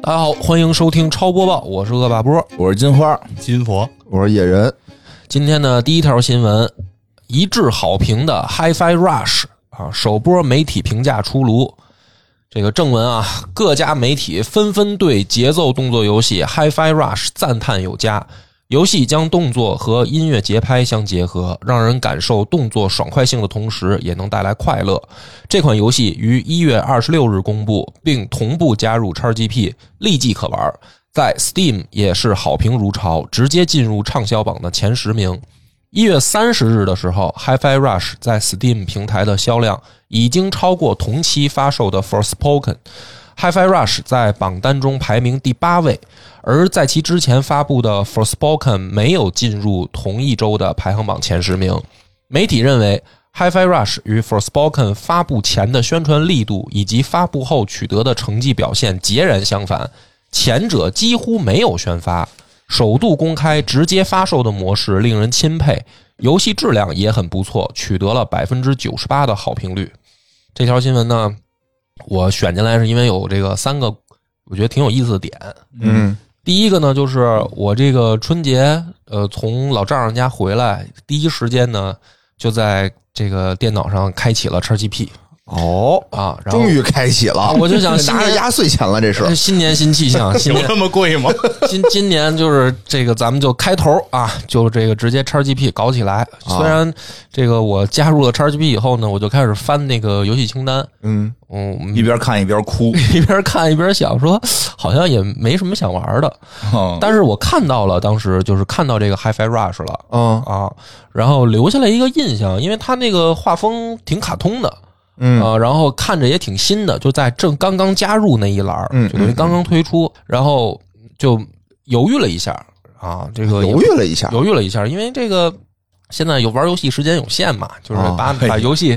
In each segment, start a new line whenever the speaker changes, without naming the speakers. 大家好，欢迎收听超播报，我是恶霸波。
我是金花，
金佛
我是野人，
今天呢，第一条新闻，一致好评的 HiFi Rush 啊，首波媒体评价出炉。这个正文啊，各家媒体纷纷对节奏动作游戏 HiFi Rush 赞叹有加。游戏将动作和音乐节拍相结合，让人感受动作爽快性的同时，也能带来快乐。这款游戏于一月二十六日公布，并同步加入 XGP，立即可玩。在 Steam 也是好评如潮，直接进入畅销榜的前十名。一月三十日的时候，HiFi Rush 在 Steam 平台的销量已经超过同期发售的 Forspoken。HiFi Rush 在榜单中排名第八位，而在其之前发布的 Forspoken 没有进入同一周的排行榜前十名。媒体认为，HiFi Rush 与 Forspoken 发布前的宣传力度以及发布后取得的成绩表现截然相反，前者几乎没有宣发，首度公开直接发售的模式令人钦佩，游戏质量也很不错，取得了百分之九十八的好评率。这条新闻呢，我选进来是因为有这个三个我觉得挺有意思的点。
嗯
第一个呢，就是我这个春节，呃，从老丈人家回来，第一时间呢，就在这个电脑上开启了 XGP
哦，
啊，然后啊
终于开启了，
我就想新
拿着
年
压岁钱了，这是
新年新气象， 新
有
年
那么贵吗？
今今年就是这个，咱们就开头啊，就这个直接 XGP 搞起来。
啊
虽然这个我加入了 XGP 以后呢，我就开始翻那个游戏清单，
嗯，
嗯，
一边看一边哭，
一边看一边想说，好像也没什么想玩的。
嗯
但是我看到了，当时就是看到这个 HiFi Rush 了
嗯
啊，然后留下来一个印象，因为它那个画风挺卡通的。
嗯
啊，然后看着也挺新的，就在正刚刚加入那一栏儿，
嗯
就等于刚刚推出，然后就犹豫了一下啊，这个也
犹豫了一下，
犹豫了一下，因为这个现在有玩游戏时间有限嘛，就是
哦
把、
嘿
把游 戏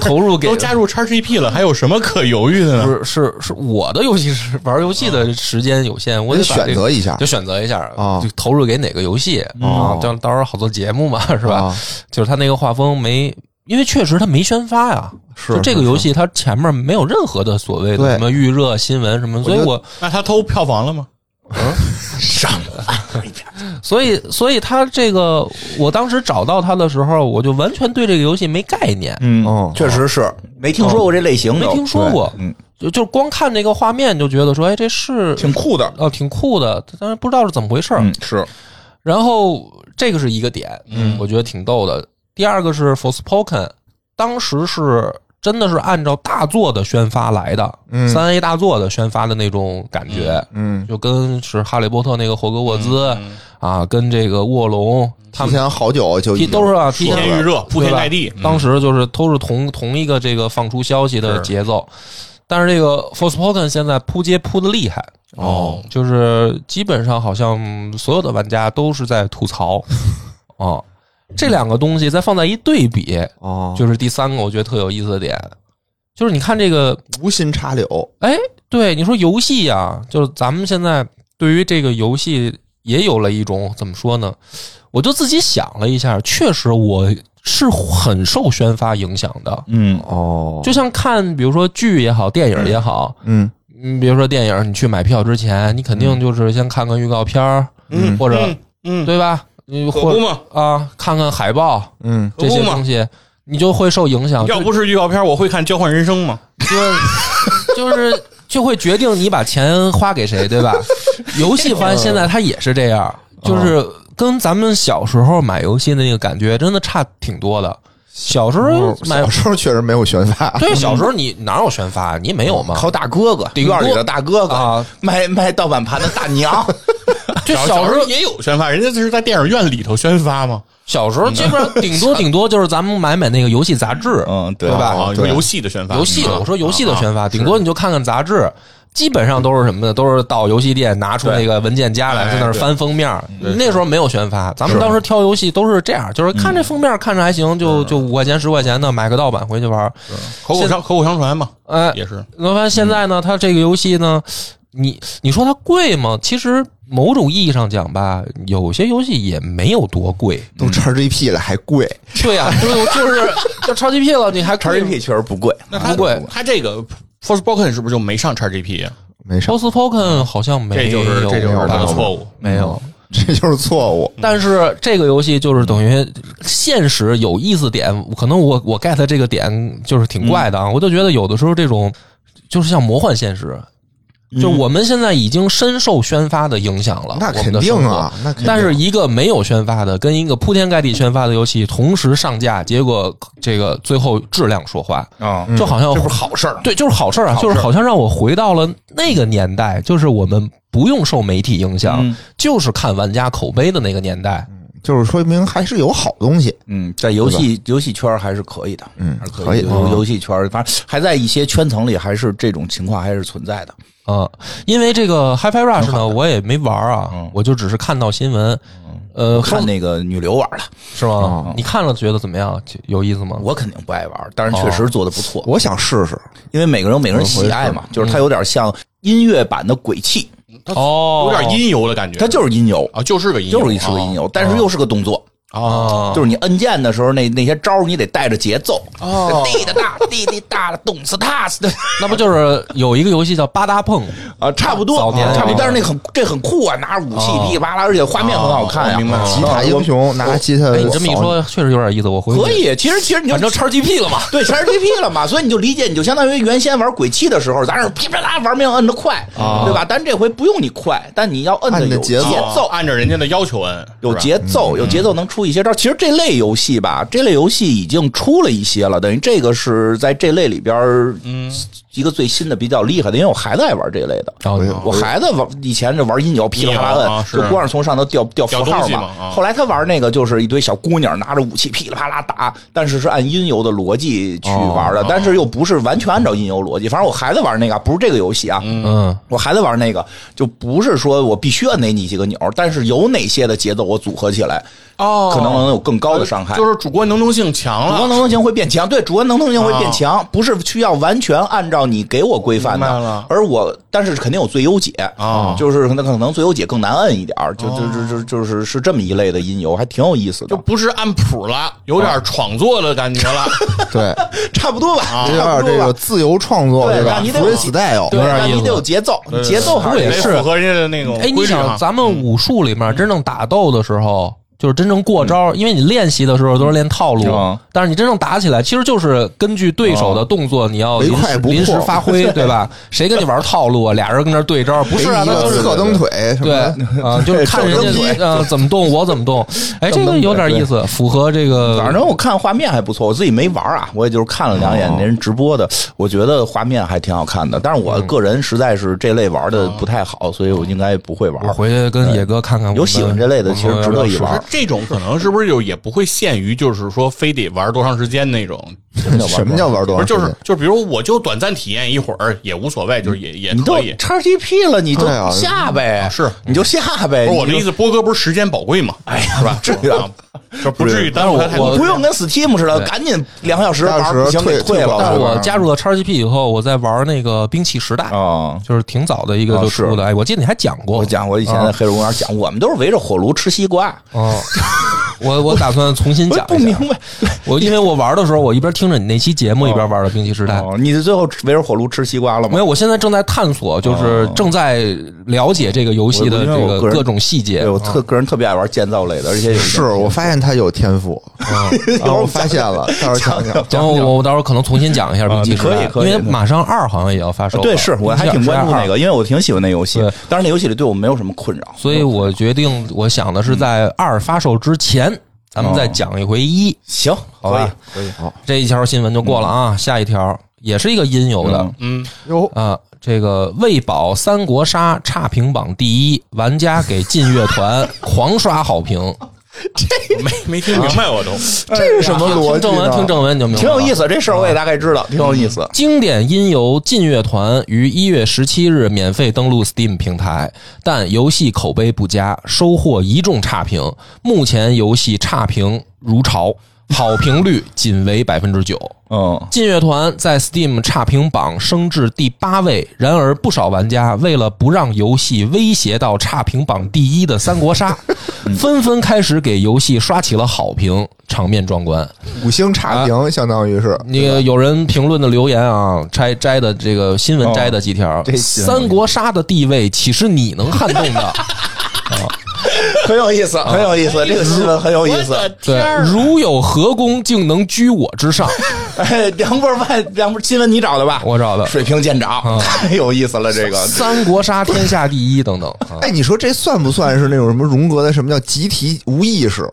投入给
都加入 XGP 了，还有什么可犹豫的
不
呢？
是是是我的游戏是玩游戏的时间有限，我
我
得
哦得
把这
选
个
择一下，
就选择一下
哦
就投入给哪个游戏啊
哦，
这样到时候好做节目嘛，是吧？
啊？
就是他那个画风没，因为确实他没宣发呀。
是
就这个
是
游戏，它前面没有任何的所谓的
对
什么预热新闻什么，所以
觉得
我
那他偷票房了吗？
所以所以他这个，我当时找到他的时候，我就完全对这个游戏没概念，
嗯
嗯，
确实是没听说过这类型
没
的，
听说过，
嗯，
就就光看这个画面就觉得说，哎，这是
挺酷的，
哦挺酷的，但是不知道是怎么回事儿。
嗯，是
然后这个是一个点，嗯，我觉得挺逗的。第二个是 Forspoken，当时是真的是按照大作的宣发来的，
嗯
三 A 大作的宣发的那种感觉，
嗯，
就跟是哈利波特那个霍格沃兹、
嗯
啊，跟这个卧龙他
提
们
前好久就已
提
经
都是啊，提
提前预热，嗯铺天盖地嗯
对吧。当时就是都是同同一个这个放出消息的节奏，但是这个 Forspoken 现在扑街扑的厉害
哦，
就是基本上好像所有的玩家都是在吐 槽哦，这两个东西再放在一对比，
哦，
就是第三个我觉得特有意思的点，就是你看这个，
无心插柳，
哎，对你说游戏啊，就是咱们现在对于这个游戏也有了一种怎么说呢？我就自己想了一下，确实我是很受宣发影响的，
嗯，
哦，
就像看比如说剧也好，电影也好，
嗯
你比如说电影，你去买票之前，你肯定就是先看看预告片儿，
嗯
或者、
嗯，
对吧？你
可
或
不
者
嘛，
啊，看看海报
嗯，
这
可
些
不嘛
东西，你就会受影响，
要
就
不是预告片，我会看《交换人生》吗？
就就是就会决定你把钱花给谁，对吧？游戏反正现在它也是这样，就是跟咱们小时候买游戏的那个感觉真的差挺多的。小时候买
小，时候确实没有选法，
对，小时候你哪有宣发？啊你没有吗？
靠大哥哥，
顶
院
多
里的大哥哥，
啊，
卖卖盗版盘的 大娘，
就小时候
也有宣发，人家这是在电影院里头宣发嘛。
小时候基本上顶多顶多就是咱们买买那个游戏杂志，
嗯，对
对吧
啊，
对
有游戏的宣发，
游戏的，
嗯
我说游戏的宣发，顶多你就看看杂志，基本上都是什么呢？都是到游戏店拿出那个文件夹来，
对
在那儿翻封面。那时候没有宣发，咱们当时挑游戏都是这样，就是看
嗯
这封面看着还行，就就五块钱十块钱的买个盗版回去玩。
口口相口口相传嘛，
哎，
也是。
那发现现在呢，它这个游戏呢，你你说它贵吗？其实某种意义上讲吧，有些游戏也没有多 贵。
都 XGP 了还贵，
对呀、就是就是就超 GP 了，你还贵吗
XGP 确实不贵，
那他
不贵
他这个 Forspoken 是不是就没上 XGP 啊？
没上，
Forspoken 好像没有，
这就是这就是他的错误。
没有。
这就是错误。
但是这个游戏就是等于现实有意思点，可能我我 get 这个点就是挺怪的
嗯
啊，我就觉得有的时候这种就是像魔幻现实，就是我们现在已经深受宣发的影响了，
嗯那
我们
肯
的
定
生活
啊，那肯定
但是一个没有宣发的，跟一个铺天盖地宣发的游戏同时上架，结果这个最后质量说话，
啊，
就好像
这不是好事儿。
对，就是好事儿啊，
好事
就
儿
是好像让我回到了那个年代，就是我们不用受媒体影响，
嗯
就是看玩家口碑的那个年代。
就是说明还是有好东西。
嗯，在游戏游戏圈儿还是可以的，
嗯
还是
可以
以的。游游戏圈儿反正还在一些圈层里，还是这种情况还是存在的。
啊，因为这个 HiFi Rush 呢，我也没玩儿啊，
嗯
我就只是看到新闻，呃，
看
说
那个女流玩了，
是吗？你看了觉得怎么样？有意思吗？
嗯我肯定不爱玩，但是确实做的不错，
哦我想试试，
因为每个人有每个人喜爱嘛，就是它
嗯
有点像音乐版的鬼泣，
哦
有点阴游的感觉。
它就是音游，
啊，就是个阴游，
就是一是个音
哦
游，但是又是个动作。
啊，
就是你摁键的时候，那那些招儿你得带着节奏，
哦
滴的大，滴滴大，咚次踏次的
那不就是有一个游戏叫八达碰
啊，差不多
早年，
差
那
不多
个。
但是那很这很酷啊，拿着武器
哦
噼里啪啦，而且画面很好看呀。
哦明白了
吉他英雄拿吉他扫，
哎，你这么一说，确实有点意思。我回去
可，以，其实其实你就
反正叉 GP 了嘛。
对，全是 GP 了嘛，所以你就理解，你就相当于原先玩鬼泣的时候，咱是噼啪啦玩命摁着快，
哦
对吧？但这回不用你快，但你要摁的
按着
有
节奏
节
啊
哦
奏，
按照人家的要求摁，
有
是吧
节
嗯
奏，有节奏能出一些招。其实这类游戏吧，这类游戏已经出了一些了，等于这个是在这类里边儿
嗯
一个最新的比较厉害的，因为我孩子爱玩这类的。
嗯
然后就
我孩子玩以前就玩音摇，噼里啪啦
音摇啊
摁，
是
就光是从上头掉掉符
掉
号
东西嘛啊
嘛。后来他玩那个就是一堆小姑娘拿着武器噼里啪啦打，但是是按音游的逻辑去
哦
玩的，但是又不是完全按照音游逻辑。反正我孩子玩那个不是这个游戏啊，
嗯，
我孩子玩那个就不是说我必须按哪几个钮，但是有哪些的节奏我组合起来，
哦
可能能有更高的伤害。
就是主观能动性强
主观
了。
能动性会变强，对，主观能动性会变强，不是需要完全按照你给我规范
明白
的
了，
而我但是肯定有最优解
哦
就是可能可能最优解更难摁一点儿，就就就就就是是这么一类的音游，还挺有意思
就
的，
不是按谱了，有
啊
点闯作的感觉 了。
对，
差不多 吧，
这有点
差不多
这个
吧，
自由创作
对
吧
那你得有
？freestyle，
对，
有点
那
意
你
思
得有节奏，节奏还是
对
得
得
是
符合人家的那种
哎，
规
你
律啊
想，咱们武术里面真正打斗的时候，就是真正过
嗯
招，因为你练习的时候都是练套路
嗯，
但是你真正打起来，其实就是根据对手
哦
的动作，你要
唯
临
快
时
不破
临时发 挥，对吧？谁跟你玩套路啊？俩人跟那儿对招，不是啊？那就是
侧蹬腿什
对
么的，
啊，就是看人
手
家呃怎么动，我怎么动。哎，这个有点意思，符合这个。
反正我看画面还不错，我自己没玩啊，我也就是看了两眼那人直播的，我觉得画面还挺好看的。但是我个人实在是这类玩的不太好，所以我应该不会玩
我。回去跟野哥看看我们，
有喜欢这类的，其实值得一
不是
玩。
这种可能是不是就也不会限于，就是说非得玩多长时间那种，
什么叫玩多
不
长时
是就
间？
是就是，比如我就短暂体验一会儿也无所谓，就是也也
你都
可以。
叉 GP 了，你就
对啊
下呗，
是
你就下呗。
不是我的意
思，
思，波哥不是时间宝贵嘛，
哎呀
是吧？
这个
啊就不至于耽误他太
我
多。
不用跟 Steam 似的，赶紧两个小时玩
半
不
小时
行给
退
退
退
但
了
是
吧
我加入了 XGP 以后，我在玩那个《兵器时代》
啊！
就是挺早的一个就出的，哎，我记得你还讲过，
我讲，我以前在黑水公园讲，我们都是围着火炉吃西瓜，
哦， 我我打算重新
我也
讲
不
一
明
下。
白
我因为我玩的时候，我一边听着你那期节目，一边玩的《兵器时代》。
哦，你是最后围着火炉吃西瓜了
哎没
吗？
有，我现在正在探索，就是正在了解这个游戏的
哦我因为
这
我
个
个人
各种细节
对，。我特个人特别爱玩建造类的，而且
是我发现他有天赋， 啊我发现了，到时候想 想。
然后我我到时候可能重新讲一下《兵器时代
可以》，啊可以啊
因为马上二好像也要发售了。
对，是我还挺关注那
个。
个，因为我挺喜欢那游戏
对，
但是那游戏里对我没有什么困扰，
所以我决定，我想的是在二发售之前，咱
哦
们再讲一回一。
行，
好
可以
吧，
可以，好，
这一条新闻就过了啊，下一条也是一个音游的，
嗯，
哟，
啊，这个为保《三国杀》差评榜第一，玩家给劲乐团 狂刷好评。
没没听明白我 都。
这是什么逻
听
辑
正文，听
呢？
正文你就明白
哎挺
了。
有意思，这事儿我也大概知道，挺有意思。
经典音游劲乐团于一月十七日免费登陆 Steam 平台，但游戏口碑不佳，收获一众差评。目前游戏差评如潮。好评率仅为百分之九。
嗯，
劲乐团在 Steam 差评榜升至第八位，然而不少玩家为了不让游戏威胁到差评榜第一的《三国杀》，纷纷开始给游戏刷起了好评，场面壮观。
五星差
啊
评，相当于是
那个有人评论的留言啊，摘摘的这个新闻摘的几条，
这新闻
三国杀的地位岂是你能撼动的？
很有意思，很有意思，这个新闻很有意
哎我
思。啊
的
对
天，儿，
如有合功，竟能居我之上。
哎，梁波万，梁波新闻你找的吧？
我找的
水平见长，太有意思了，这个
三国杀天下第一等等啊。
哎，你说这算不算是那种什么荣格的什么叫集体无意识，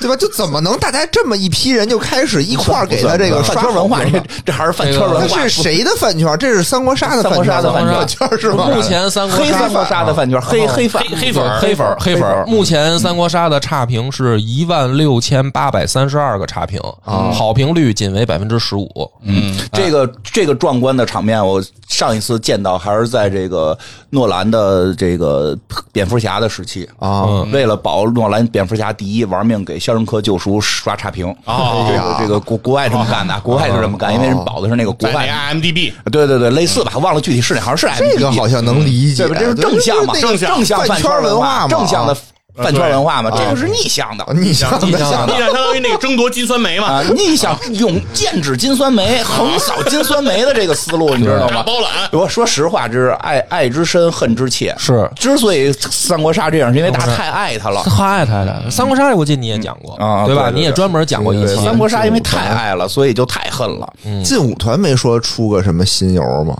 对吧？就怎么能大家这么一批人就开始一块儿给他这个
饭
刷
圈文化，
好评
这
呢
这还是饭圈文
这
化，
是谁的饭圈？这是三国杀的
三
饭
国
圈吗，
杀的饭圈
圈是吗？
目前三国
黑
杀
三国杀的饭圈，黑黑饭
哦黑黑粉儿
黑粉儿黑粉儿。目前三国杀的差评是一万六千八百三十二个差评，
啊
好评率仅为百分之十五。嗯，
这个这个壮观的场面，我上一次见到还是在这个呃诺兰的这个蝙蝠侠的时期
啊，
为了保诺兰蝙蝠侠第一，玩命给《肖申克救赎》刷差评
哦
这个这个国国外这么干的，国外就这么干，因为人保的是那个国
在
外。
那 IMDB
对对对，类似吧，忘了具体是哪，好像是 IMDb
这个好像能理解，
嗯对吧？这是正向嘛，
就是那个
正正向
饭
饭
圈
文
化嘛，
正向的
啊
饭圈文化嘛，
对啊
这个是逆向的。
逆向
逆
的
向
你想相当于那个争夺金酸梅嘛，
啊，逆向用剑指金酸梅，横扫金酸梅的这个思路，你知道
打
吗？
包揽，
我说实话，这是爱爱之深，恨之切。
是
之所以三国杀这样，是因为大家太爱他了。
太太太，三国杀我记得你也讲过
啊，
对吧？
对对对
你也嗯专门讲过一期
对对
三国杀因为太爱了，所以就太恨了。
劲舞团没说出个什么新游吗？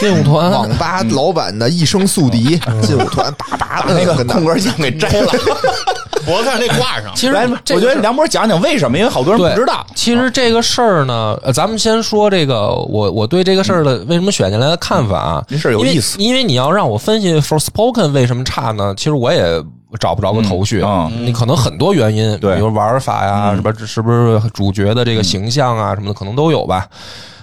劲舞团
网吧
嗯
老板的一生宿敌，劲舞团叭叭
把
的
那个
跟他
空格键给摘 了。
脖子上那挂 上。
其实
来，
这
我
个
觉得
事儿
梁博讲讲为什么，因为好多人
对，
不知道。
其实这个事儿呢，呃，咱们先说这个，我我对这个事儿的为什么选进来的看法啊，
嗯这事儿有
因为
意思
因为你要让我分析 Forspoken 为什么差呢，其实我也找不着个头绪
嗯
你可能很多原因，
对嗯
比如玩法呀，什么是不是主角的这个形象啊什么的，可能都有吧。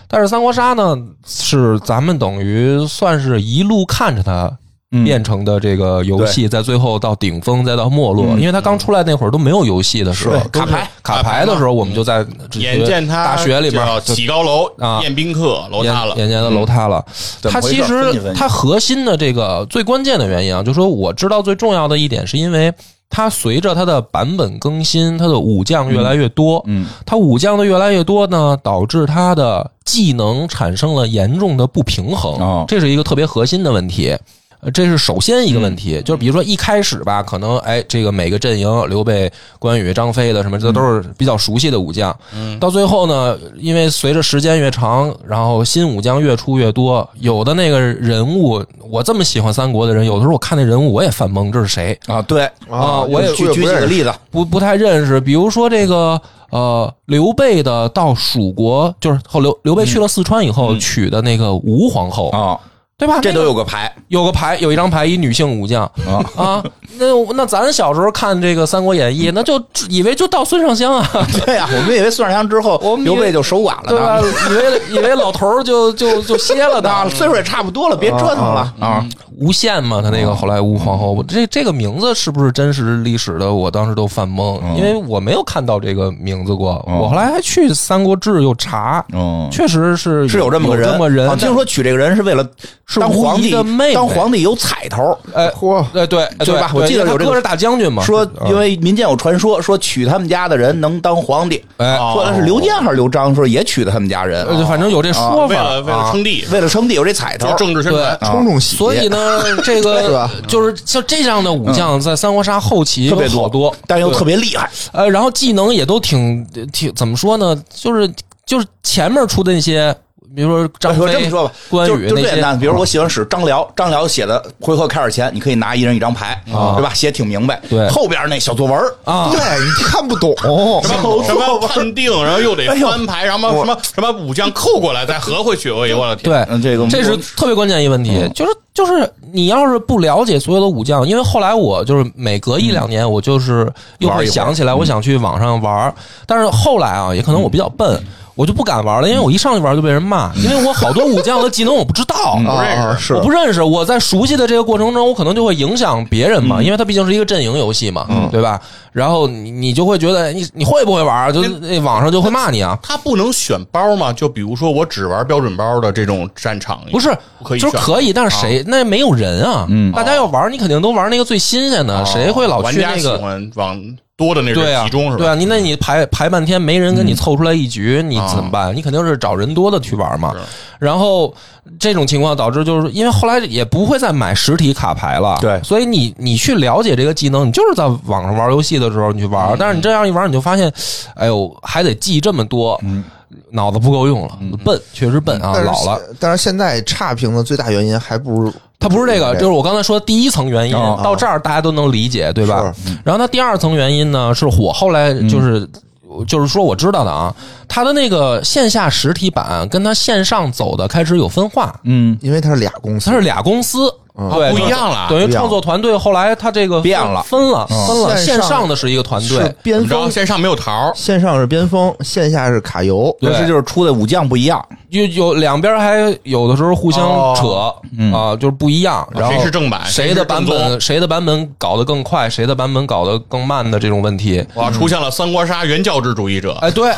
但是三国杀呢，是咱们等于算是一路看着它
嗯
变成的这个游戏，在最后到顶峰，再到没落，因为它刚出来那会儿都没有游戏的时候，
嗯卡牌
卡牌的时候，我们就在这
眼见他
大学里边
就要
就
起高楼
啊
宴宾客，楼
眼
塌了。
眼前的楼塌了。
怎
它
么回
其
事分析
实
分析
它核心的这个最关键的原因啊，就说我知道最重要的一点，是因为它随着它的版本更新，它的武将越来越多，
嗯，
它武将的越来越多呢，导致它的技能产生了严重的不平衡
哦，
这是一个特别核心的问题。呃这是首先一个问
嗯
题，就是比如说一开始吧，可能哎，这个每个阵营，刘备、关羽、张飞的什么，这都
嗯
是比较熟悉的武将。嗯，到最后呢，因为随着时间越长，然后新武将越出越多，有的那个人物，我这么喜欢三国的人，有的时候我看那人物我也犯懵，这是谁？
啊，对，
啊我也
这
举
个
举几
不认
个
识啊
例子，
不不太认识。比如说这个呃，刘备的到蜀国，就是后刘刘备去了四川以后、娶的那个吴皇后，
嗯啊，
对吧？
这
那
都
个
有 个牌
有个牌，有一张牌，一女性武将
啊
啊。那我那咱小时候看这个《三国演义》，那就以为就到孙尚香啊。
对呀、我们以为孙尚香之后
我们以为
刘备就守寡
对啊吧
了呢。？
以为以为老头儿就就就歇 了呢，
啊，岁数也差不多了，别折腾了啊！
嗯
嗯
无限嘛，他那个后来吴皇后，我这这个名字是不是真实历史的？我当时都犯懵，
嗯
因为我没有看到这个名字过。我后来还去《三国志》又查，
嗯，
确实是
是有这么个人，
有这么人
啊听说娶这个人是为了
是
当皇
无
帝
疑的妹妹
当皇帝有彩头。
哎，
嚯，
呃对哎
对吧我记得
因为
有
他
这
哥
个
是大将军嘛，
说
是，啊
因为民间有传说，说娶他们家的人能当皇帝。
哎
啊
说的是刘建还是刘璋，说也娶的他们家人，啊
呃反正有这说
为
法
了为了
啊。
称帝，
为了称帝有这彩头
做。政治宣传，
冲冲喜，
所 以呢，这
是
个
吧
就是像这样的武将在三国杀后期
嗯特别
有好
多
多，
但又特别厉害，
呃，然后技能也都挺挺怎么说呢？就是就是前面出的那些，比如说张
说
飞、
哎这么说吧，
关羽
就就
那
最简
些，
单。比如我喜欢使张辽，张辽写的回合开始前，你可以拿一人一张牌，对吧？写挺明白。
对
后边那小作文儿
啊
对你看不懂，
什么什么判定，然后又
哎
得翻牌，然后什么什么武将扣过来再合回去。哎呦我的天！
对，
嗯这个嗯
这是特别关键一问题，就是就是你要是不了解所有的武将，因为后来我就是每隔一两年，我就是又
嗯玩
会
一会儿嗯
想起来，我想去网上玩儿，但是后来啊，也可能我比较笨。我就不敢玩了，因为我一上去玩就被人骂，
嗯
因为我好多武将的技能我不知 道。
啊
认识
啊是
我不认识，我在熟悉的这个过程中，我可能就会影响别人
嗯
嘛，因为它毕竟是一个阵营游戏嘛，对吧？然后你你就会觉得哎你你会不会玩儿，就
嗯
那网上就会骂你啊。
他不能选包吗？就比如说我只玩标准包的这种战场，
不是
不可，以
就是
选
可以，但是谁那没有人啊？大家要玩，你肯定都玩那个最新鲜的，
啊
谁会老
玩
去
家
那
喜
个？
欢往多的那
对
种
啊，
集中是吧？
对啊，你那你排排半天没人跟你凑出来一局，你怎么办？你肯定是找人多的去玩嘛
啊是。
然后这种情况导致就是因为后来也不会再买实体卡牌了，
对
所以你你去了解这个技能，你就是在网上玩游戏的时候你去玩，
嗯
但是你这样一玩你就发现，哎呦，还得记这么多，脑子不够用了，笨，确实笨啊，
但是
老了。
但是现在差评的最大原因还不如
它不是这个，
对
就是我刚才说的第一层原因，
哦
到这儿大家都能理解，对吧？然后它第二层原因呢，是我后来就是、就是说我知道的啊，它的那个线下实体版跟它线上走的开始有分化，
嗯，
因为它是俩公司，
它是俩公司，啊对，
不一样
就是
了。
等于
不一样
创作团队后来它这个
变了
分了，分了，
线
线
上
上的是一个团
是
队，
边
你知道
锋，
线上没有桃
嗯
儿，
线上是边锋，线下是卡游。
对
但是就是出的武将不一样，
有有两边还有的时候互相扯啊、就是不一样。然后
谁是正版
谁
谁
的
是
版
正宗
本谁的版本搞得更快，谁的版本搞得更慢的这种问题。
哇，出现了三国杀原教旨主义者。
哎， 对，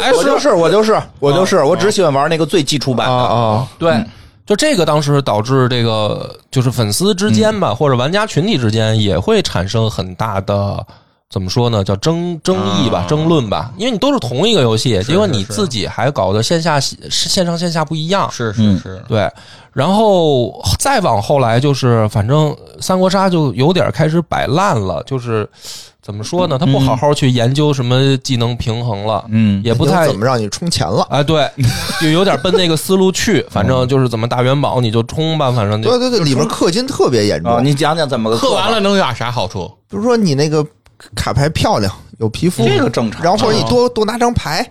哎，
我就是我就是我就是，我只喜欢玩那个最基础版
啊
的。
啊！
对，嗯就这个当时导致这个就是粉丝之间吧，或者玩家群体之间也会产生很大的。怎么说呢？叫争争议吧，争论吧，因为你都啊是同一个游戏，结果你自己还搞得线下线上线下不一样，
是是是，
对，然后再往后来就是，反正三国杀就有点开始摆烂了，就是怎么说呢？他不好好去研究什么技能平衡了，
嗯
也不太
怎么让你充钱了。
啊，对， 就有点奔那个思路去。反
嗯
正就是怎么大元宝你就冲吧，反正就
对对对，里面氪金特别严
啊，
重。
你讲讲怎么个
刻
法
完了能有啥好处？
比如说你那个卡牌漂亮，有皮肤，
这个正常
然后或者你多多拿张牌，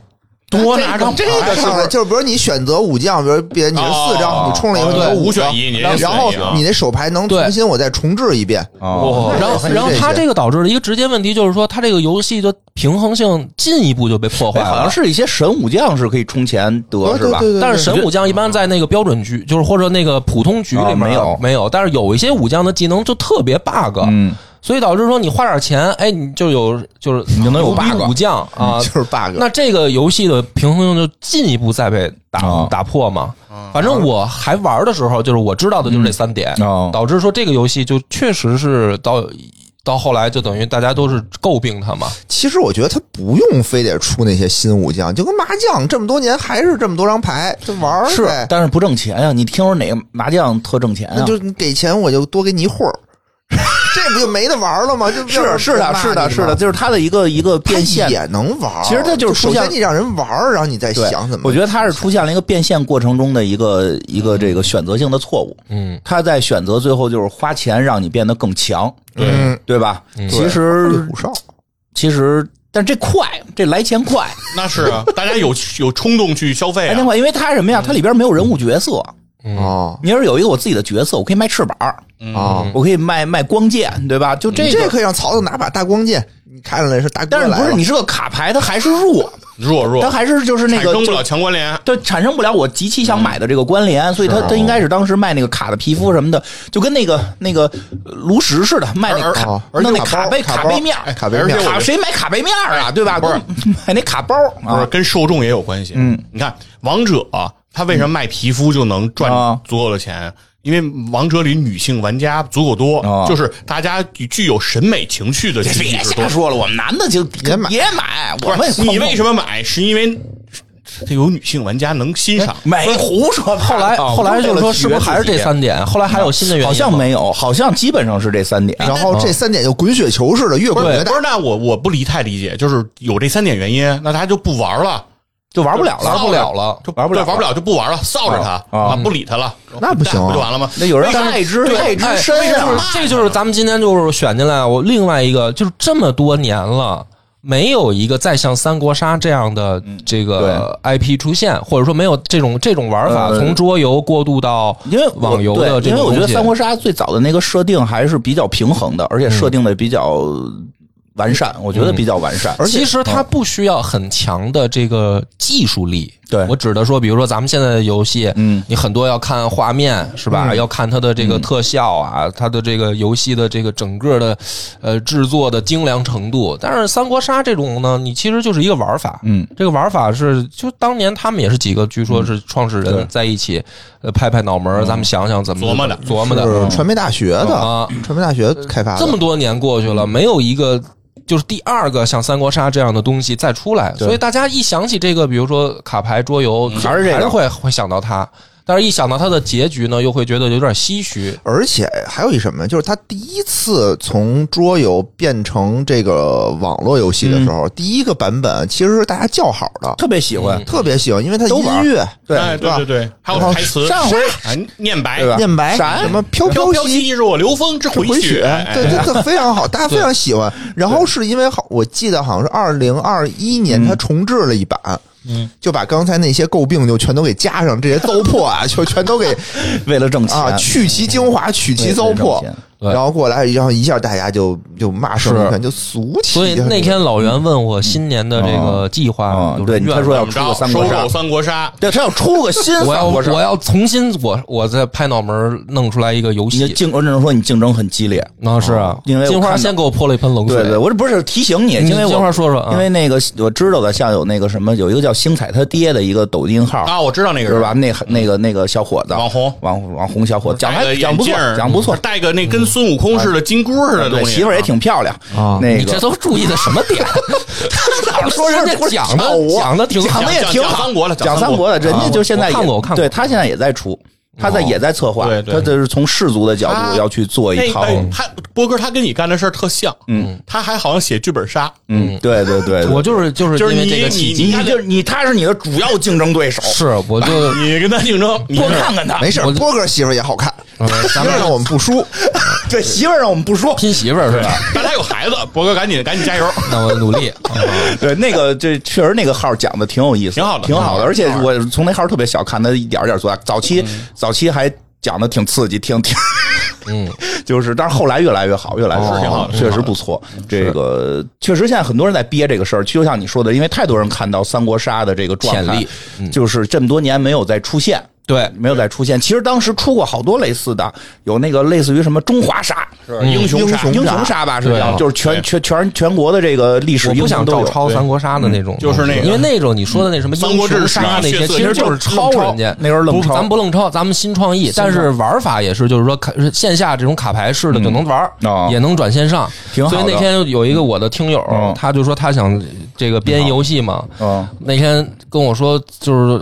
多拿张
这个
牌
上来就是，比如你选择武将，比如别人你是四张，
哦
你冲了以后你
对
有五
五选
张
一你这
然
选
后
一啊
你那手牌能
对
重新我再重置一遍。
哦
然后，然后他这个导致的一个直接问题就是说，他这个游戏的平衡性进一步就被破坏
哎，好
了
像。是一些神武将是可以充钱得
对
是
对
吧？
对对，
但是神武将一般在那个标准局，就是或者那个普通局里面、
啊没有
没有，但是有一些武将的技能就特别 bug，
嗯，
所以导致说你花点钱，哎，你就有就是你就
能有 bug
武将啊
对，就是 bug。
那这个游戏的平衡性就进一步再被打、
啊
打破嘛。反正我还玩的时候，就是我知道的就是这三点，
哦
导致说这个游戏就确实是到到后来就等于大家都是诟病它嘛。
其实我觉得他不用非得出那些新武将，就跟麻将这么多年还是这么多张牌，就玩儿
是，啊
呗。
但是不挣钱呀、你听说哪个麻将特挣钱啊？
那就是你给钱我就多给你一会儿， 这不就没得玩了吗？就是
是的，是的，是的，，就是他的一个一个
他
变现。
也能玩儿。
其实它
就
就是
首
出
先
现
你让人玩儿，然后你再
对
想怎么。嗯
我觉得他是出现了一个变现过程中的一个一个这个选择性的错误。
嗯，
他在选择最后就是花钱让你变得更强，
对
嗯，
对吧？其
花
实
里胡哨
其实，但这快，这来钱快，
那是 啊，大家有有冲动去消费
来钱
啊。
快，因为它什么呀？它里边没有人物角色。
哦
你要是有一个我自己的角色，我可以卖翅膀，
嗯
哦，
我可以卖卖光剑，对吧？就这
你
个，
这可以让曹操拿把大光剑，你看上来是大哥
但是
来
不是
了
你是个卡牌，它还是弱，
弱弱
它，还是就是啊那
产
个
生不
就
了强关联。
对，产生不了我极其想买的这个关联，所以他他应该是当时卖那个卡的皮肤什么的，就跟那个那个呃炉石似的，卖那个
而
卡
哦，
弄那
卡
卡
包
背
卡
卡
包
背面儿，
哎卡背面
而且我
卡谁买卡背面儿啊，对吧？
不是
买那卡包
不是
啊，
跟受众也有关系。
嗯，
你看王者啊，他为什么卖皮肤就能赚
啊
足够的钱？因为王者里女性玩家足够多，
啊
就是大家具有审美情趣的群体
别
之多
瞎。说了，我们男的就
也买
也买，我
不
们
是你为什
么
么买？是因为这有女性玩家能欣赏。
没胡说八道？
后来
啊
后来就是说，是不是还是这？
我
三点？后来还有新的原因吗？
好像没有，好像基本上是这三点。
然后这三点就滚雪球似的，越滚
不是
越
不
大
是，。那我我不理太理解，就是有这三点原因，那大家就不玩了，
就玩不了了，
玩不了
了
就
玩不
对
了，哦
玩不。了就不玩了，臊着他
啊
啊，不理他了，
那不行啊
不就完了吗？
那有人
但是
爱之
对
爱之
哎
深
就是
啊，
这就是咱们今天就是选进来我另外一个，就是这么多年了。没有一个再像三国杀这样的
嗯
这个 IP 出现，或者说没有这种这种玩法
呃
从桌游过渡到
因为我
网游的
对
这
因为
种
我觉得
东西嗯
三国杀最早的那个设定还是比较平衡的，而且设定的比较完善，我觉得比较完善。
其实
嗯
它不需要很强的这个技术力。
对
我指的说，比如说咱们现在的游戏，
嗯，
你很多要看画面是吧？要看它的这个特效啊，它的这个游戏的这个整个的呃制作的精良程度。但是三国杀这种呢，你其实就是一个玩法，
嗯，
这个玩法是就当年他们也是几个，据说是创始
对嗯
人在一起，呃，拍拍脑门儿，咱们想想怎么
琢磨的
琢磨的，
是传媒大学的，
啊，
传媒大学开发的。
这么多年过去了，
嗯
没有一个就是第二个像三国杀这样的东西再出来，所以大家一想起这个，比如说卡牌、桌游，
嗯还是这个
会会想到它，但是一想到它的结局呢，又会觉得有点唏嘘。
而且还有一什么，就是他第一次从桌游变成这个网络游戏的时候，第一个版本其实是大家叫好的，
特别喜
嗯
欢。
特别喜欢，因为它
都玩
音乐
对
哎，对
吧
对对，还有
然后
台词，
上回
哎念白
对吧
念白
闪
什么飘
飘飘
兮
兮若流风之回
回
雪，哎
对，这个非常好，大家非常喜欢。然后是因为好，我记得好像是二零二一年，它重置了一版，嗯，就把刚才那些诟病就全都给加上，这些糟粕啊，就全 都给
为了挣钱
啊去其精华，取其糟粕
对，
对
然后过来，然后一下大家就就骂声一片，就俗气。
所以那天老袁问我新年的这个计划
啊，
就是
对，
愿
他说要
怎么
出个
着？
三
收
国
购
杀，
三国杀，
对他要出个新
我要
三国杀，
我要重新我我再拍脑门儿弄出来一个游
你的
戏，
竞，我只能说你竞争很激烈。
那是啊，
因为我
金
看
花
到
先给我泼了一盆冷水，
对对，我这不是提醒你，
你
因为我
金花说说啊
因为那个我知道的，像有那个什么，有一个叫星彩他爹的一个抖音号，
啊，我知道那个
是
人
吧？？那
嗯
那个那个小伙子，
网红
网网红小伙子，讲
戴
还
个
讲不错
眼镜，儿
讲不
嗯
错，嗯啊
戴个那跟孙悟空似的金箍似的
对，
东西，啊
媳妇儿也挺漂亮
啊
那
你这
个
都注意的什么点？ 说人家讲
跳
的
舞
讲的挺好啊
讲，的也
讲
挺好。
讲三国了讲
讲
三
国
国
的，人家就现在也
我看过我看过
对他现在也在出，他在也在策划，
对对
他就是从氏族的角
啊
度要去做
那
一套，嗯
哎他波哥他跟你干的事儿特像，嗯，他还好像写剧本杀，
嗯，对对对，对
我就是就是
就是
因为
你
这个
你
契机，
你
你看
就是你他是你的主要竞争对手，
是我就
你跟他竞争，你
多看看他。
没事，波哥媳妇儿也好看，
呃
媳
咱
妇
们
儿让我们不输。
对媳妇儿让我们不说，
拼媳妇儿是吧？
咱俩有孩子，博哥赶紧赶紧加油，
那我努 力。
对，那个这确实那个号讲的挺有意思，
挺好的
挺
挺好
好的。
的嗯
而且我从那号特别小看他一点儿一点儿做，早期早期还讲的挺刺激，挺挺，
嗯，
就是，但是后来越来越好，越来越
是哦挺好的嗯
确实不错。这个确实现在很多人在憋这个事儿，就像你说的，因为太多人看到三国杀的这个状态，
潜力
嗯
就是这么多年没有再出现。
对，
没有再出现。其实当时出过好多类似的，有那个类似于什么中华杀、
嗯英雄杀
英，
英雄杀吧，是
对
这样，就是全
对
全全全国的这个历史
我
英
不
雄
想
都
照
有。
抄三国杀的那
嗯
种，
就是那个
因为那种你说的那什么
三国志
英雄
是
啊
杀
吧
那些，
血色
其实就是抄人家。
那时候愣
不
抄
咱们不愣抄，咱们新创意，但是玩法也是，就是说卡线下这种卡牌式的就能玩，
哦
也能转线上。
挺好的
所以那天有一个我的听友，
嗯
他就说他想这个编游戏嘛，
嗯，
那天跟我说就是。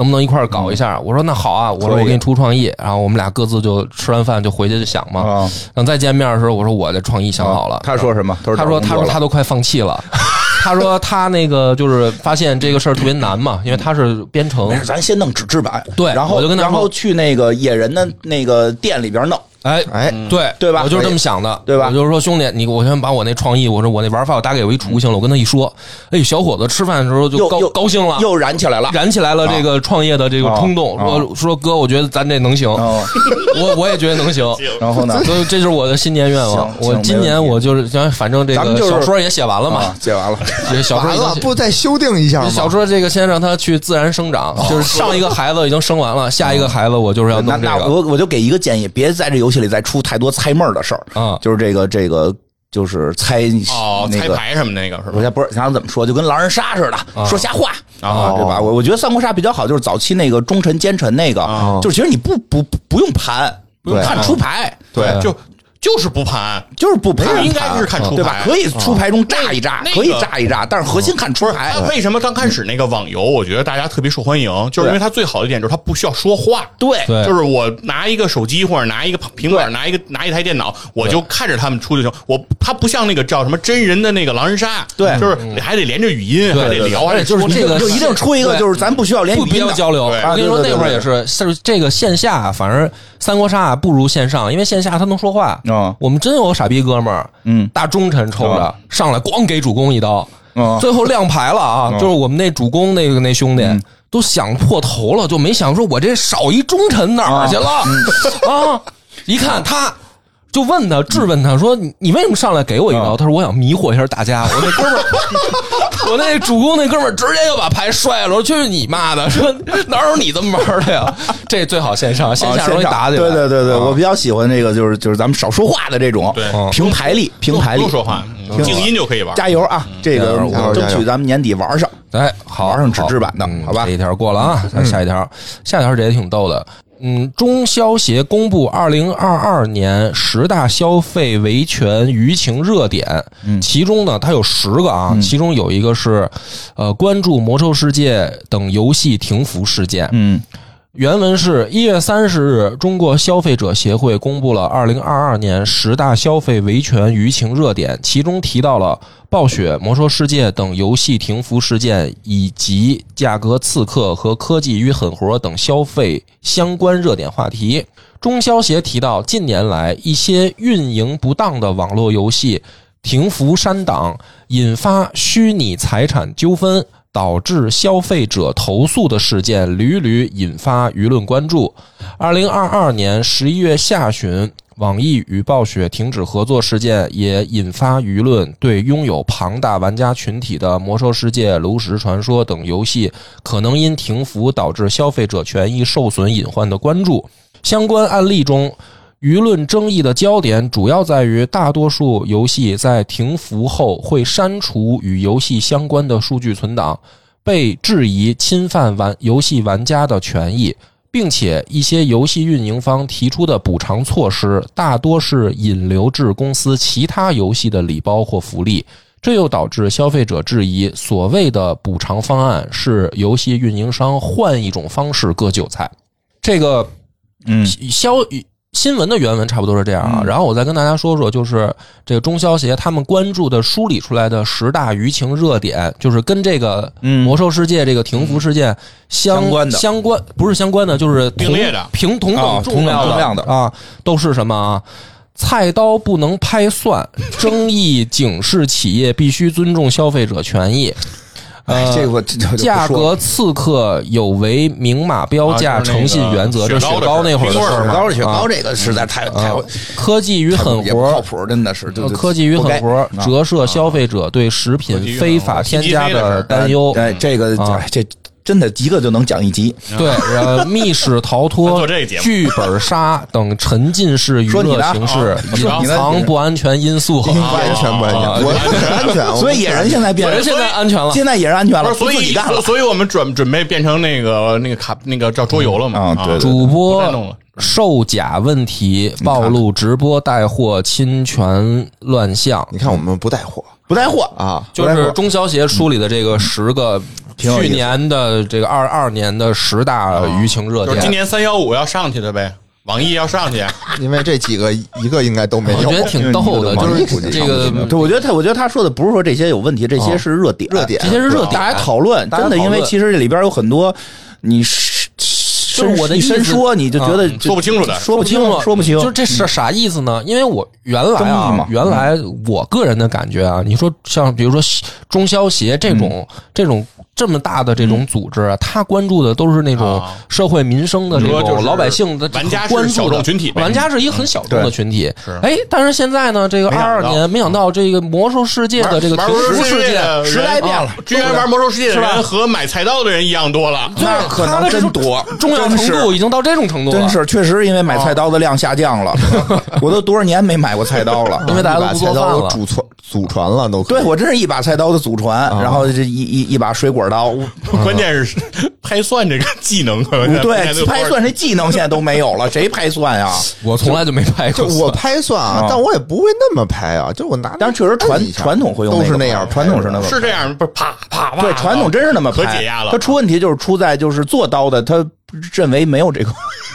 能不能一块儿搞一下？我说那好啊，我说
嗯可以
我给你出创意，然后我们俩各自就吃完饭就回去就想嘛。
啊
等再见面的时候，我说我的创意想好了，
他说什么？他
他说：“他说他都快放弃了。 他说他那个就是发现这个事儿特别难 嘛，因为他是编程
没。事，哎咱先弄纸质版，
对
然后
我就跟他
然
说
后去那个野人的那个店里边弄，
哎
哎，
对
对吧
我就是这么想的，
对吧
我就是说兄弟，你我先把我那创意，我说我那玩法我大概有一雏形了。我跟他一说，哎，小伙子吃饭的时候就
又
高
又
高兴了，
又燃起来了。
燃起来了这个创业的这个冲动，
啊
说说哥，我觉得咱这能行，
哦
我我也觉得能 行。”
然后呢？
所以这就是我的新年愿望
行。行
我今
没
年
问题
我就是，反正这
咱们就
个
是
小说也写完了嘛
啊，，写完了，
也小说
完
已经
了，
写
不再修订一下吗？
小说这个先让他去自然生
哦
长，就是上一个孩子已经生完了，下一个孩子我就是要
那
弄这
那
个。
我我就给一个建议，别在这游戏里再出太多猜闷儿的事儿
啊
就是这个这个就是猜
哦，
那
猜
个
牌什么那个是
我
吧？
先不是想怎么说，就跟狼人杀似的，说瞎话
啊
对
哦
吧？我我觉得三国杀比较好，就是早期那个忠臣奸臣那个，
哦
就是其实你不不不不用盘，不用
对
啊
看出牌，
对
就就是不盘，
就是不盘，
应该是看出牌
嗯对吧？可以出牌中嗯炸一炸
那，个
可以炸一炸，但是核哎心看出牌嗯
他。为什么刚开始那个网游，我觉得大家特别受欢迎，就是因为它最好的一点就是它不需要说话。
对
对
就是我拿一个手机或者拿一个平板，拿一个拿一台电脑，我就看着他们出就行。我它不像那个叫什么真人的那个狼人杀，
对
就是还得连着语音，还得聊，还
而
得
且就是
说
这个
就一定出一个，
对
就是咱不需要连
不
语
必
音
要
的
交流，
对
我跟你说
哎对对对
那会儿也是，是这个线下，反正三国杀啊不如线上，因为线下他能说话。
嗯
我们真有傻逼哥们儿，
嗯
大忠臣抽着上来，咣给主公一刀
嗯，
最后亮牌了啊！
哦
就是我们那主公那个那兄弟都想破头了，
哦嗯
就没想说我这少一忠臣哪儿去了啊！一看他。就问他质问他说你你为什么上来给我一刀？
啊
他说我想迷惑一下大家。我 那哥们儿， 我那主公那哥们儿直接就把牌摔了，我说去你妈的！说 哪有你这么玩的呀？这最好线上，线
啊
下容易
场
打起来。
对对对对，
啊
我比较喜欢这个，就是就是咱们少说话的这种，嗯
对
凭牌力，凭牌
不
力
用说话，
挺好
嗯静音就可以玩。
加油啊！这个
加油
争
加油
取咱们年底玩上。
哎，好，嗯
玩上纸质版的好吧嗯
这一条过了啊，咱下一条，下一条这也挺逗的。嗯，中消协公布二零二二年十大消费维权舆情热点，
嗯
其中呢，它有十个啊，其中有一个是，呃，关注《魔兽世界》等游戏停服事件，
嗯
原文是一月三十日，中国消费者协会公布了二零二二年十大消费维权舆情热点，其中提到了暴雪、魔兽世界等游戏停服事件，以及价格刺客和科技与狠活等消费相关热点话题。中消协提到，近年来一些运营不当的网络游戏停服删档，引发虚拟财产纠纷，导致消费者投诉的事件屡屡引发舆论关注。二零二二年十一月下旬，网易与暴雪停止合作事件也引发舆论对拥有庞大玩家群体的《魔兽世界》《炉石传说》等游戏可能因停服导致消费者权益受损隐患的关注。相关案例中，舆论争议的焦点主要在于大多数游戏在停服后会删除与游戏相关的数据存档，被质疑侵犯玩游戏玩家的权益，并且一些游戏运营方提出的补偿措施大多是引流至公司其他游戏的礼包或福利。这又导致消费者质疑，所谓的补偿方案是游戏运营商换一种方式割韭菜。这个
嗯
消新闻的原文差不多是这样啊，然后我再跟大家说说，就是这个中消协他们关注的梳理出来的十大舆情热点，就是跟这个
嗯
魔兽世界这个停服事件相
相关的
相关不是相关的，就是同
并列的
平同
啊
等
同等重量的
啊，都是什么啊？菜刀不能拍蒜，争议警示企业必须尊重消费者权益。
哎
呃，
这个我这就就
价
不说了
格刺客有违明码标价
啊就是那
诚
个
信原则，这
雪
雪糕
糕的
那会儿
事
的
儿
事儿
雪
嘛
高雪
啊
高这个实在太太
科技与
太
狠
也不靠
活。呃
谱，真的是就就
科技与狠活
不该嗯啊
折射消费者对食
科技
品
与
非
狠活
法添
信息
加
飞的事
的
儿
担忧，
哎，这个
啊
哎这真的一个就能讲一集。
对， 呃，密室逃脱
啊做这个节、目
剧本杀等沉浸式娱
说你
乐
的啊
形式，
说
隐
你的啊
藏不安全因素。
不安全不安全，
啊
我很安全，
所以野人现在变
本人
成
现在安全了，
现在野人安全
不
了，
是，所
不自
以
己干了。
所以我们准准备变成那个那个卡那个叫桌游了嘛？
嗯啊对对
主播
不再弄了
售假问题
嗯
暴露直播带货侵权乱象，
你看我们不带货
不带货
啊，
就是中消协梳理的这个十个
嗯挺有意
去
思啊
年的这个二二年的十大舆情热
就是今
点，
年三幺五要上去的呗，网易要上去，
因为这几个一个应该都没
我
有
觉。得挺逗的，就
网易
是
估计
这
上不
个
对，我觉得他，我觉得他说的不是说这些有问题，这些是热点，啊
热点
这些是嗯哦热点啊
大家讨论，
大家
真的，
讨
因
论
为其实这里边有很多你是
就是我的意思啊嗯
深说，你就觉得就
说不清楚的
说不清
了，
说不清，嗯
就是这是啥意思呢？因为我原来
争议
啊
嘛，嗯
原来我个人的感觉啊，你说像比如说中消协这种
嗯
这种这么大的这种组织啊，他关注的都是那种
啊
社会民生的这
你说就
种
是
老百姓的
玩家是
关
小
注的
众群体呗
玩家是一个很小众的
对
群体
是。
哎，但是现在呢，这个
没
二
想
二
到
年，没想到这个魔兽世界的这个停
玩
服
魔兽
事
世界
件。
的
时代
人
变
啊
了
居然玩魔兽世界的人和买菜刀的人一样多了。
那可
他的
能
这
真
种
多，
重要
真
程
是
度已经到这种啊程度了，
真是，确实因为买菜刀的量下 降了，我都多少年没买过菜刀了。
因为大家都
把
不
菜
做饭
刀
了。
祖传祖传了都可以
对我真是一把菜刀的祖传，
啊
然后这一一一把水 果刀，
关键是拍蒜这个技能，
嗯对，拍蒜这技能现在都没有了，谁拍 蒜呀？
我从来就没拍
就
过。
我拍算啊
啊，
但我也不会那么拍啊，就我拿那个
但是确实传
按一下
传统会用
都
那
是
个
那样，
拍
传统是那
是
么
是这样，不是啪啪啪，
对，传统真是那么
可
拍。
解压了。
他出问题就是出在就是做刀的，他认为没有这个，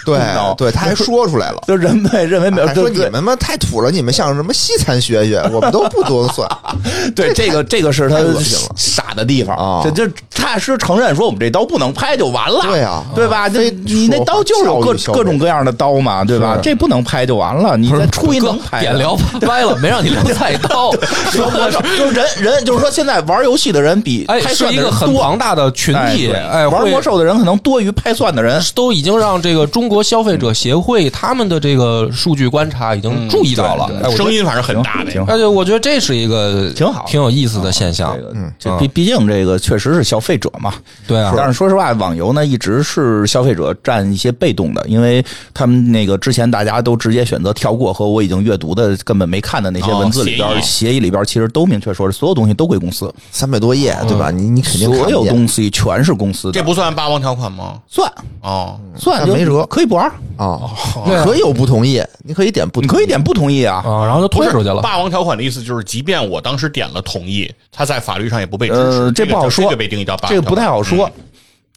对对，他还说出来 了。
就人们认为没有
啊还。说
对
你们嘛太土了，你们向什么西餐学 学，我们都不多算。
对对这个这个是他
太恶心了
傻的地方
啊
这这踏实承认说我们这刀不能拍就完了，
对啊
对吧？这你那刀就是有各
教育消费
各种各样的刀嘛，对吧？这不能拍就完了，你再出一
哥
能拍
点
的
聊歪了，没让你聊菜刀。
说不上就是人人就是说，现在玩游戏的人比
哎，
拍
是
算
一
的
个
人
很
多
庞大的群体，
对
哎，
玩
会
魔兽的人可能多于拍算的人。
都已经让这个中国消费者协会他们的这个数据观察已
嗯
经注意到了。哎，我觉
声
得，
音反正很大
行
的
行。
而且我觉得这是一个
挺好
挺有意思的现象
啊
这。个，
嗯
这毕毕竟这个确实是消费者嘛，
对啊，
但是说实话，网游呢一直是消费者占一些被动的，因为他们那个之前大家都直接选择跳过和我已经阅读的根本没看的那些文字里边、
哦协议
协议里边，其实都明确说是所有东西都归公司，
三百多页对吧？你你肯定看
所
不
有
见
东西全是公司的，
这不算霸王条款吗？
算
哦，
算
但
就
没辙
可以不玩，
啊，
对啊
可以有不同意，你可以点不
你
同意，
可以点不同意啊。
啊，然后就
不
推
是
出去了。
霸王条款的意思就是，即便我当时点了同意，它在法律上也不被支持。
呃，
这
这
个
不好
叫
说，
这个被定义叫霸王
这
条嗯
个
款，
不太好说。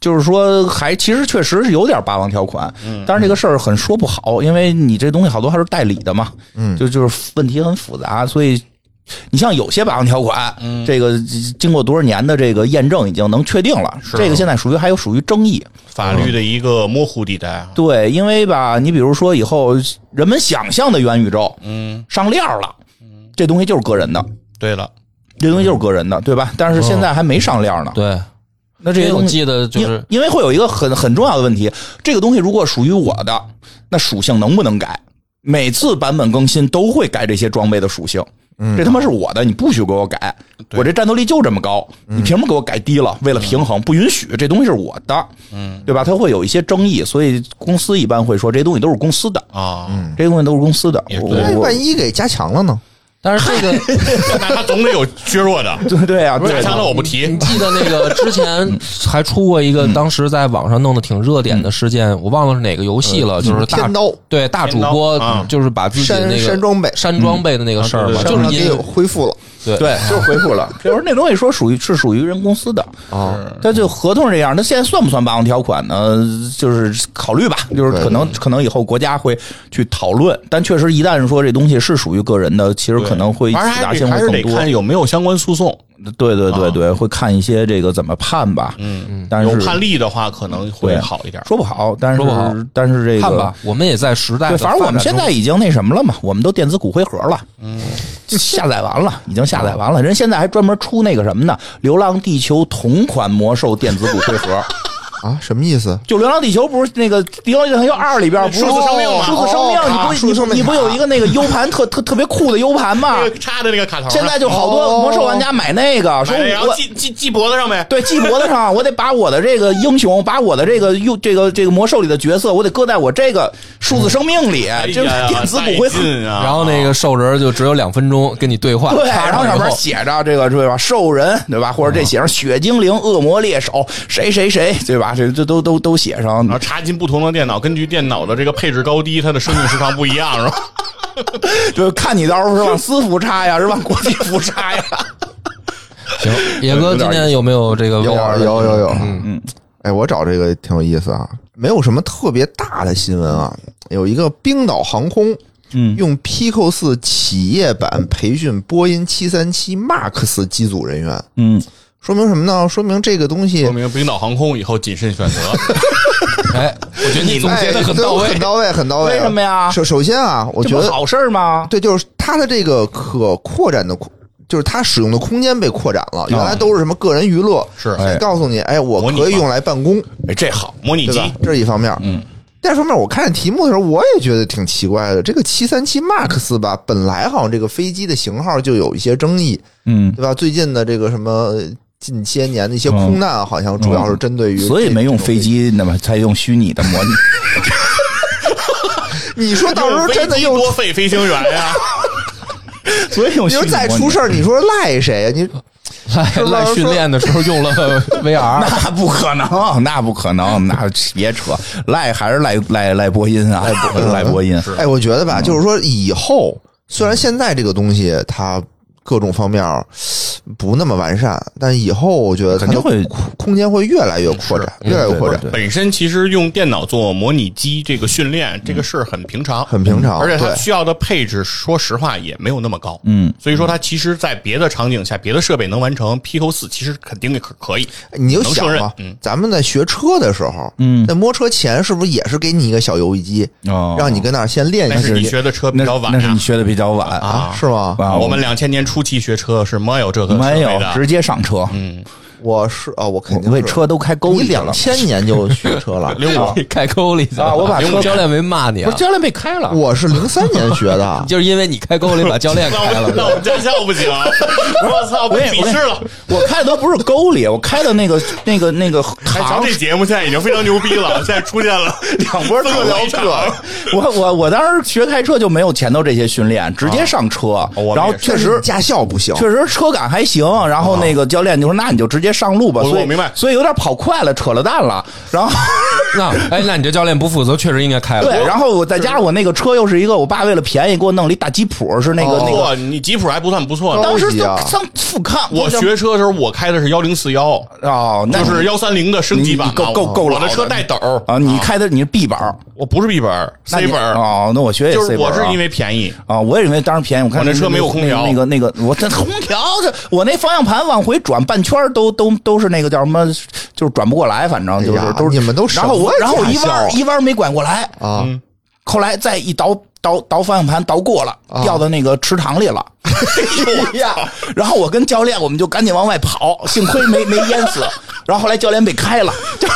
就是说还，其实确实是有点霸王条款，
嗯
但是这个事儿很说不好，因为你这东西好多还是代理的嘛，嗯，就就是问题很复杂，所以你像有些霸王条款，
嗯
这个经过多少年的这个验证已经能确定了，
啊
这个现在属于还有属于争议，
法律的一个模糊地带啊。
对，因为吧，你比如说以后人们想象的元宇宙，嗯，上料了，
嗯
这东西就是个人的，
对了，
这东西就是个人的，对吧？但是现在还没上料呢，
对，
那这
因
些
为我
东西
记得就是
因因为会有一个很很重要的问题，这个东西如果属于我的，那属性能不能改？每次版本更新都会改这些装备的属性，这他妈是我的，你不许给我改，我这战斗力就这么高，你凭什么给我改低了？为了平衡，不允许，这东西是我的，嗯，对吧？它会有一些争议，所以公司一般会说这些东西都是公司的，
啊，
这些东西都是公司的，
也
我
对
哎
我
万一给加强了呢？
但是这个
那他总得有削弱的。
对对啊，
加
对
强了我不提
你，记得那个之前还出过一个，当时在网上弄得挺热点的事件，我忘了是哪个游戏了，就是大
天刀
对大主
天刀
播
啊
就是把自己的
删
那个
删装备
删装备的那个事儿嘛，
嗯
就是
让它
因
给
为
恢复了
对，就是回复 了，哦就是那东西说属于是属于人公司的，
啊，
他就合同是这样，那现在算不算霸王条款呢？就是考虑吧，就是可能可能以后国家会去讨论，但确实一旦说这东西是属于个人的， 其实可能会
反正
复杂
还是
性
得还
会
是得
更多
看。有没有相关诉讼，
对对对对，会看一些这个怎么判吧。嗯，但
有
是
判例的话可能会
对
好一点。
说不好，但是
说不好
但是这
看
个
吧，我们也在时代
对，
的
反正我们现
发
在
展中
已经那什么了嘛，我们都电子骨灰盒了，嗯，下载完了，已经下载完了。人现在还专门出那个什么呢，《流浪地球》同款魔兽电子骨灰盒。
啊，什么意思？
就《流浪地球》不是那个《流浪地球二》里边不是
数字生命吗
数字生
哦卡数字
命，你
生命
不你你不
卡
有一个那个 U 盘特特特别酷的 U 盘吗
那？个插的那个卡头上，
现在就好多
哦
魔兽玩家买那个，说
买了然后
我
系系系脖子上呗。
对系脖子上，我得把我的这个英雄，把我的这个用这个这个魔兽里的角色，我得搁在我这个数字生命里，
哎
就是电子骨灰盒。
啊！
然后那个兽人就只有两分钟跟你对话，
对，
插上
然后上
以
面写着这个对吧，兽人对吧，或者这
嗯
写上血精灵、恶魔猎手，谁谁谁对吧，这这都都都写上
啊
然，后插进不同的电脑，根据电脑的这个配置高低，它的生命时长不一样，是 吧？
就是看你到时候是往私服插呀，是往国际服插 呀。
行，野哥今天有没有这个
有
味儿
有有有，嗯嗯，哎，我找这个挺有意思啊，没有什么特别大的新闻啊，有一个冰岛航空。嗯，用 Pico 四企业版培训波音七三七 MAX 机组人员，
嗯，
说明什么呢？说明这个东西
说明冰岛航空以后谨慎选 择。
哎，我觉得你总结的很到
哎对
位
很。到位，很到位。
为什么呀
首首先啊，我
这
觉
不
得
好事儿吗？
对，就是它的这个可扩展的空，就是它使用的空间被扩展了。原来都是什么个人娱乐，
是
现在告诉你，哎，我
模拟
可以
嘛
用来办公，
哎，这好，模拟
对
机
吧？这是一方面。嗯。第二方面，我看题目的时候，我也觉得挺奇怪的。这个七三七 MAX 吧，本来好像这个飞机的型号就有一些争议，
嗯，
对吧？最近的这个什么呃近些年的一些空难，好像主要是针对于、
嗯所以没用飞。机，那么才用虚拟的 模拟。
你说到时候真的
用
用
飞机多费飞行员呀、
所以用
你说再出事儿，你说赖谁呀、你
赖赖训练的时候用了 VR，
那不可能，那不可能，那别扯，赖还是赖赖赖波音啊， 赖波音。
哎，我觉得
嗯
吧，就是说以后，虽然现在这个东西它各种方面儿不那么完善，但以后我觉得它
肯定会
空空间会越来越扩展，越来越扩展。
对
本身其实用电脑做模拟机这个训
嗯
练，这个事儿很平常，
很平常
而且它
对
需要的配置，说实话也没有那么高。
嗯，
所以说它其实，在别的场景下，别的设备能完成 Pico 四，其实肯定也可可以。
你就
能
想
胜任
啊，
嗯
咱们在学车的时候，
嗯
在摸车前是不是也是给你一个小游戏机，
哦
让你跟那儿先练
但
一下
是你学的车比
那
较晚
那是
呀
你学的比较晚啊
啊？是吗？
啊
我们两千年初期学车是没有这个
没
设
有
备的，
直接上车，
我是啊，我肯
我
定
为
嗯是
车都开沟
你
里去
两
了。
千年就学车了
零五
开沟里去了
啊我把
因为
车
教练没骂你
不
啊
是，教练被开了，
我是零三年学
，
的
就是因为你开沟里把教练
那
开
我
了。
那我们家校不行，啊我操，
我
被
也
鄙视了。
我开的都不是沟里，我开的那个 那个那个
哎咱
行
们这节目现在已经非常牛逼了，现在出现了两波特
聊这个
我我我当时学开车就没有前头这些训练，直接上车，
哦我们也
然后
是
确
确
实
实驾校不行，
确实车感还行，然后那个教练就说：“那你就直接上路吧。”
啊我
所以
我明白
所以有点跑快了，扯了蛋了。然后
那哎，那你这教练不负责，确实应该开了。
啊
对，然后我再加上我那个车又是一个我爸为了便宜给我弄了一大吉普，是那个、那个，
哇，哦你吉普还不算不错呢。
当时
高级啊
上俯瞰
我
就
学车的时候，我开的是幺零四幺，
哦，那
就
你
是幺三零的升级版嘛，
你够够够
我的
老的
车带斗儿
啊，你开的你是 B 本儿
我不是 B 本儿
那
，C
你
本儿，
哦，那我学也
就
C
是
本儿
我
啊
是因为便宜，
啊，我也认为当时便宜，我看
我那车没有空调
那个那个，那个我这空调这我那方向盘往回转半圈儿都都都是那个叫什么，就是转不过来，反正就是
哎呀
都是
你们都什
然后我
么
然后我一
驾校
弯
啊
儿一弯儿没拐过来，
啊，
后来再一倒倒倒方向盘倒过了，
啊
掉到那个池塘里了。哎 呀！然后我跟教练我们就赶紧往外跑，幸亏没没淹死。然后后来教练被开了，就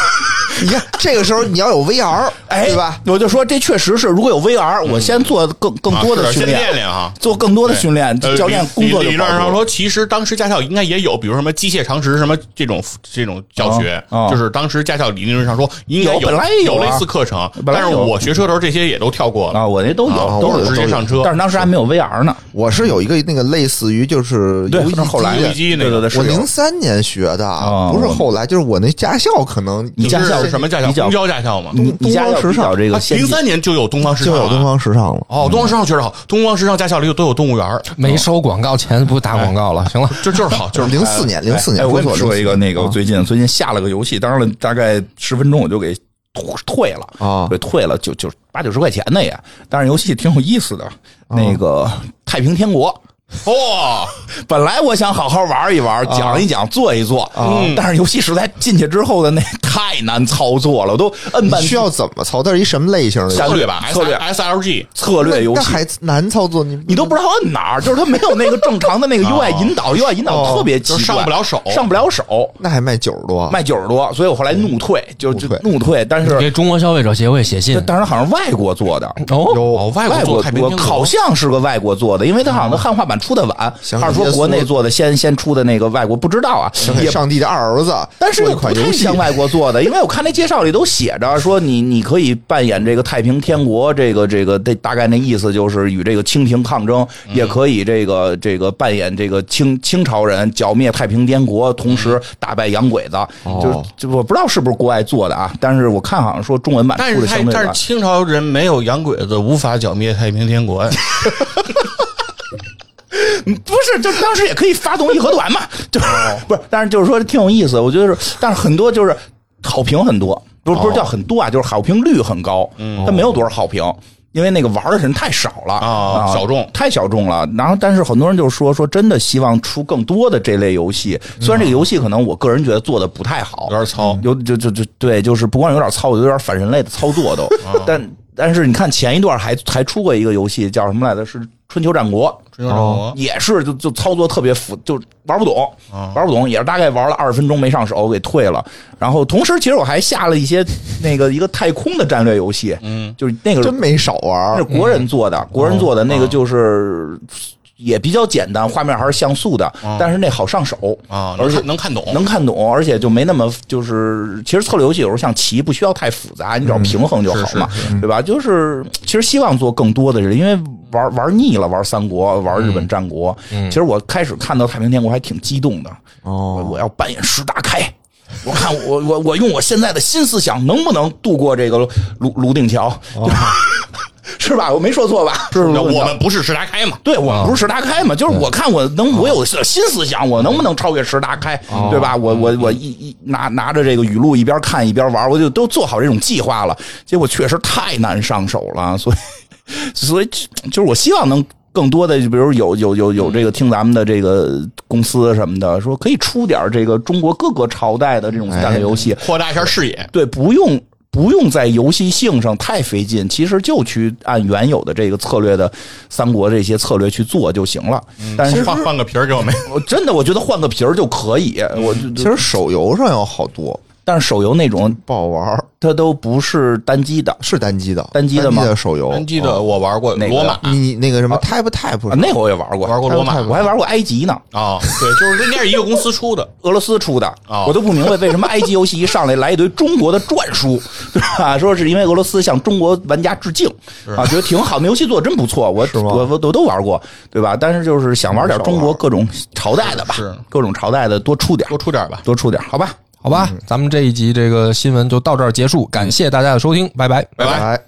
你看这个时候你要有 VR，
哎，
对吧？？
我就说这确实是，如果有 VR，我先做更更多
嗯啊
的
是
训
先练
练，
练啊。
做更多的训练，
呃
教练
理
工作
理
就
理
保
论上
住
说，其实当时驾校应该也有，比如什么机械常识什么这种这种教学，
哦哦
就是当时驾校理论上说应该
有本来也有
有
啊
类似课程，
本来
但
有
是我学车的时候这些也都跳过了，
啊，我那都
啊
有，
我
都有
直接上车
但是当时还没有 VR 呢，
我是有一个那个类似于就是
对
游戏，机
那后来
的
游戏机那
对
个
对对，是
我
有
零三年学的，
哦
不是后来，就是我那驾校可能
你
就
驾校
是什么驾校？
比较
公交驾校嘛。啊
你你家要
东方时
比
尚
较这个先
零
进
三年就有东方时
就
尚
有
啊，
东方时尚了。
嗯
哦，东方时尚确实好，东方时尚驾校里都有动物园儿，
没收广告钱，不打广告了。行了，
就就是好， 就是
零四年，零四啊
哎，
年，
我跟你
说错
说一个，
04
那个我最近最近下了个游戏，当然了，大概十分钟我就给退退了
啊
给退了，就就八九十块钱的也，但是游戏挺有意思的，那个《太平天国》。
哇，
本来我想好好玩一玩，讲一讲，做一做，但是游戏实在进去之后的那 太难操作了，我都摁半
你需要怎么操？它是一什么类型的游戏？
策略吧，
策略
S L G，
策略游
那
戏，
还难操作？你
你都不知道摁哪儿，就是它没有那个正常的那个 UI 引导，UI 引导特别奇
哦就是
怪，
上不了手
上不了手，
那还卖九十多？
卖九十多，所以我后来怒退，
嗯
就就
怒退
怒退，但是
给中国消费者协会写信
这。当然好像外国做的，
哦，
哦，外
外
国做
国
太平
做
天国
好像是个外国做的，因为它
哦
好像汉化版出的晚，
行
还是说国内做的先先出的那个外国不知道啊，
想给
也
上帝的二儿子，
但是
做
又
一
不
款
太
游戏
像外国做的，因为我看那介绍里都写着说你你可以扮演这个太平天国，这个这个这大概那意思就是与这个清廷抗争，
嗯
也可以这个这个扮演这个清清朝人剿灭太平天国，同时打败洋鬼子，
嗯哦
就就我不知道是不是国外做的啊，但是我看好像说中文版
但
出
是
的
他
相对
但是
晚。
清朝人没有洋鬼子无法剿灭太平天国呀，
不是，就当时也可以发动义和团嘛，
哦
就是不是？但是就是说挺有意思，我觉得是，但是很多就是好评很多，不是不是叫很多
哦
啊，就是好评率很高，嗯，它没有多少好评。因为那个玩的人太少了
啊小众
太小众了。然后，但是很多人就说说，真的希望出更多的这类游戏。
嗯
虽然这个游戏可能我个人觉得做的不太好
有，点糙。
有就就就对，就是不光有点操，有点反人类的操作都。
哦
但但是你看前一段还还出过一个游戏叫什么来着？是《春秋战国》。
春秋战国
也是就就操作特别复，就玩不懂，玩不懂，也是大概玩了二十分钟没上手，给退了。然后同时，其实我还下了一些那个一个太空的战略游戏，嗯，就是那个
真没少
那是
玩。
国人做的，
嗯
国人做的
啊
那个就是。也比较简单，画面还是像素的，但是那好上手
啊，能
而且
看能看懂，
能看懂，而且就没那么就是，其实策略游戏有时候像棋不需要太复杂，你只要
嗯
平衡就好嘛，对吧？就是其实希望做更多的是，因为玩玩腻了，玩三国，玩日
嗯
本战国。其实我开始看到太平天国还挺激动的，我
哦，
我要扮演石达开。我看我我我
哦
用我现在的新思想能不能渡过这个泸泸定桥，是是吧？我没说错吧？是嗯
那我们不是石达开嘛？
对我们不是石达开嘛？就是我看我能，我有新思想，我能不能超越石达开，对吧？我我我一一拿拿着这个语录一边看一边玩，我就都做好这种计划了。结果确实太难上手了，所以所以就是我希望能。更多的，就比如有有有有这个听咱们的这个公司什么的，说可以出点这个中国各个朝代的这种战略游戏，
扩大一下视野。
对，不用不用在游戏性上太费劲，其实就去按原有的这个策略的三国这些策略去做就行了。但是
换换个皮儿给我 们，
我真的我觉得换个皮儿就可以，我就
其实手游上有好多
但是手游那种
不好玩儿，
它都不是单机的。
是单机的，
单机的吗
手游，
记得我玩过
哦哪个
罗马
你你那个什么 Type Type
啊，那个我也玩过，
玩过罗马
我还玩过埃及呢，
啊，对，就是应该是一个公司出的。
俄罗斯出的，
哦
我都不明白为 什么埃及游戏一上来来一堆中国的篆书，对吧？说是因为俄罗斯向中国玩家致敬啊，觉得挺好，那游戏做的真不错，我我我我都玩过，对吧？但是就是想玩点中国各种朝代的吧，
是
各种朝代的多出点，
多出点吧。
多出点，好吧？
嗯好吧，咱们这一集这个新闻就到这儿结束，感谢大家的收听，拜拜。
拜拜
拜。